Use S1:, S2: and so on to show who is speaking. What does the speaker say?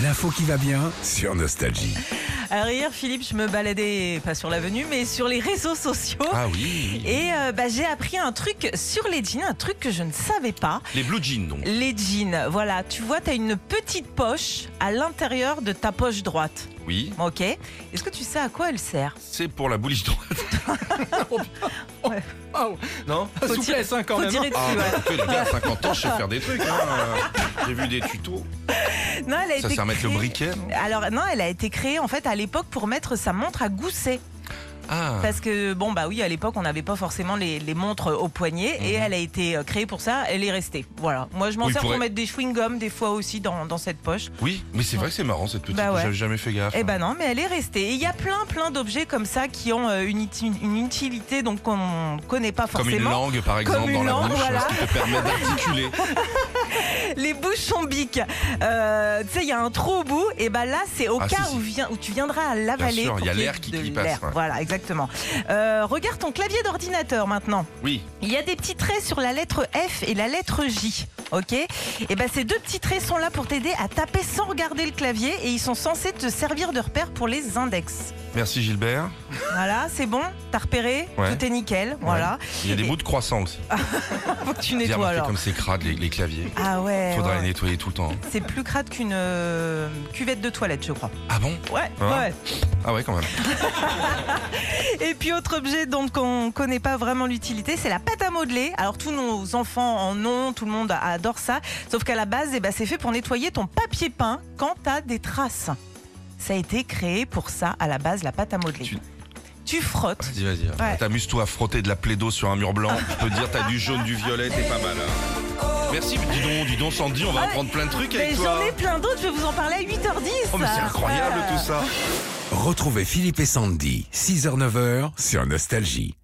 S1: L'info qui va bien sur Nostalgie.
S2: Alors hier, Philippe, je me baladais, pas sur l'avenue, mais sur les réseaux sociaux.
S1: Ah oui
S2: Et euh, bah, j'ai appris un truc sur les jeans, un truc que je ne savais pas.
S3: Les blue jeans, donc.
S2: Les jeans, voilà, tu vois, tu as une petite poche à l'intérieur de ta poche droite.
S3: Oui.
S2: Ok. Est-ce que tu sais à quoi elle sert
S3: C'est pour la bouliche droite.
S2: Ouais.
S3: Oh, non
S2: Faut
S4: Souplesse,
S2: tirer-
S4: hein, quand
S2: faut
S4: même,
S2: tirer
S3: Ah,
S2: dessus,
S3: bah,
S2: ouais.
S3: écoutez, les gars, à 50 ans, je sais faire des trucs. hein. Euh, J'ai vu des tutos.
S2: Non, elle a
S3: Ça
S2: été
S3: sert à mettre le
S2: créée-
S3: briquet, non
S2: Alors non, elle a été créée en fait à l'époque pour mettre sa montre à gousset.
S3: Ah,
S2: Parce que, bon, bah oui, à l'époque, on n'avait pas forcément les, les montres au poignet et elle a été euh, créée pour ça, elle est restée. Voilà. Moi, je m'en
S3: Mhm. Oui,
S2: sers pour
S3: pour-
S2: mettre des chewing-gums des fois aussi dans, dans cette poche.
S3: oui, mais c'est vrai que c'est marrant cette petite.
S2: Bah ouais.
S3: J'avais jamais fait gaffe. hein.
S2: Eh ben non, mais elle est restée. Et il y a plein, plein d'objets comme ça qui ont euh, une, uti- une utilité donc qu'on ne connaît pas
S3: Comme une
S2: forcément.
S3: langue, par exemple,
S2: une
S3: dans la
S2: langue,
S3: bouche,
S2: voilà.
S3: ce qui te permet d'articuler.
S2: les bouchons bic. Euh, tu sais, il y a un trou au bout. Et ben là, c'est au
S3: Ah,
S2: cas
S3: si, si.
S2: Où, vient- où tu viendras à l'avaler.
S3: sûr,
S2: pour
S3: il y a
S2: qu'il ait
S3: l'air qui-
S2: de
S3: qui passe,
S2: l'air.
S3: ouais.
S2: Voilà, exactement. Euh, regarde ton clavier d'ordinateur maintenant.
S3: Oui.
S2: Il y a des petits traits sur la lettre F et la lettre J, ok Et ben ces deux petits traits sont là pour t'aider à taper sans regarder le clavier et ils sont censés te servir de repère pour les index.
S3: Merci Gilbert.
S2: Voilà, c'est bon, t'as repéré,
S3: Ouais.
S2: tout est nickel, voilà.
S3: Il y a des bouts de croissant aussi.
S2: Faut que tu
S3: J'ai
S2: nettoies
S3: remarqué
S2: alors.
S3: comme c'est crade les, les claviers.
S2: Ah ouais,
S3: Faudra
S2: ouais.
S3: les nettoyer tout le temps.
S2: c'est plus crade qu'une euh, cuvette de toilette, je crois.
S3: Ah bon
S2: Ouais,
S3: Ah.
S2: ouais.
S3: Ah ouais, quand même.
S2: Et puis autre objet dont on connaît pas vraiment l'utilité, c'est la pâte à modeler. Alors tous nos enfants en ont, tout le monde adore ça. Sauf qu'à la base, eh ben, c'est fait pour nettoyer ton papier peint quand t'as des traces. Ça a été créé pour ça à la base, la pâte à modeler. Tu,
S3: Tu-
S2: frottes.
S3: Vas-y, vas-y.
S2: Ouais.
S3: T'amuses-toi à frotter de la plaido sur un mur blanc. Je peux te dire, t'as du jaune, du violet, t'es pas mal. hein. Merci, dis donc, dis donc, Sandy, on va apprendre plein de trucs
S2: Mais
S3: avec
S2: Ben, j'en
S3: toi.
S2: ai plein d'autres. Je vais vous en parler à 8h10.
S3: Oh, mais c'est incroyable
S2: Euh,
S3: tout ça.
S1: Retrouvez Philippe et Sandy, 6h-9h sur Nostalgie.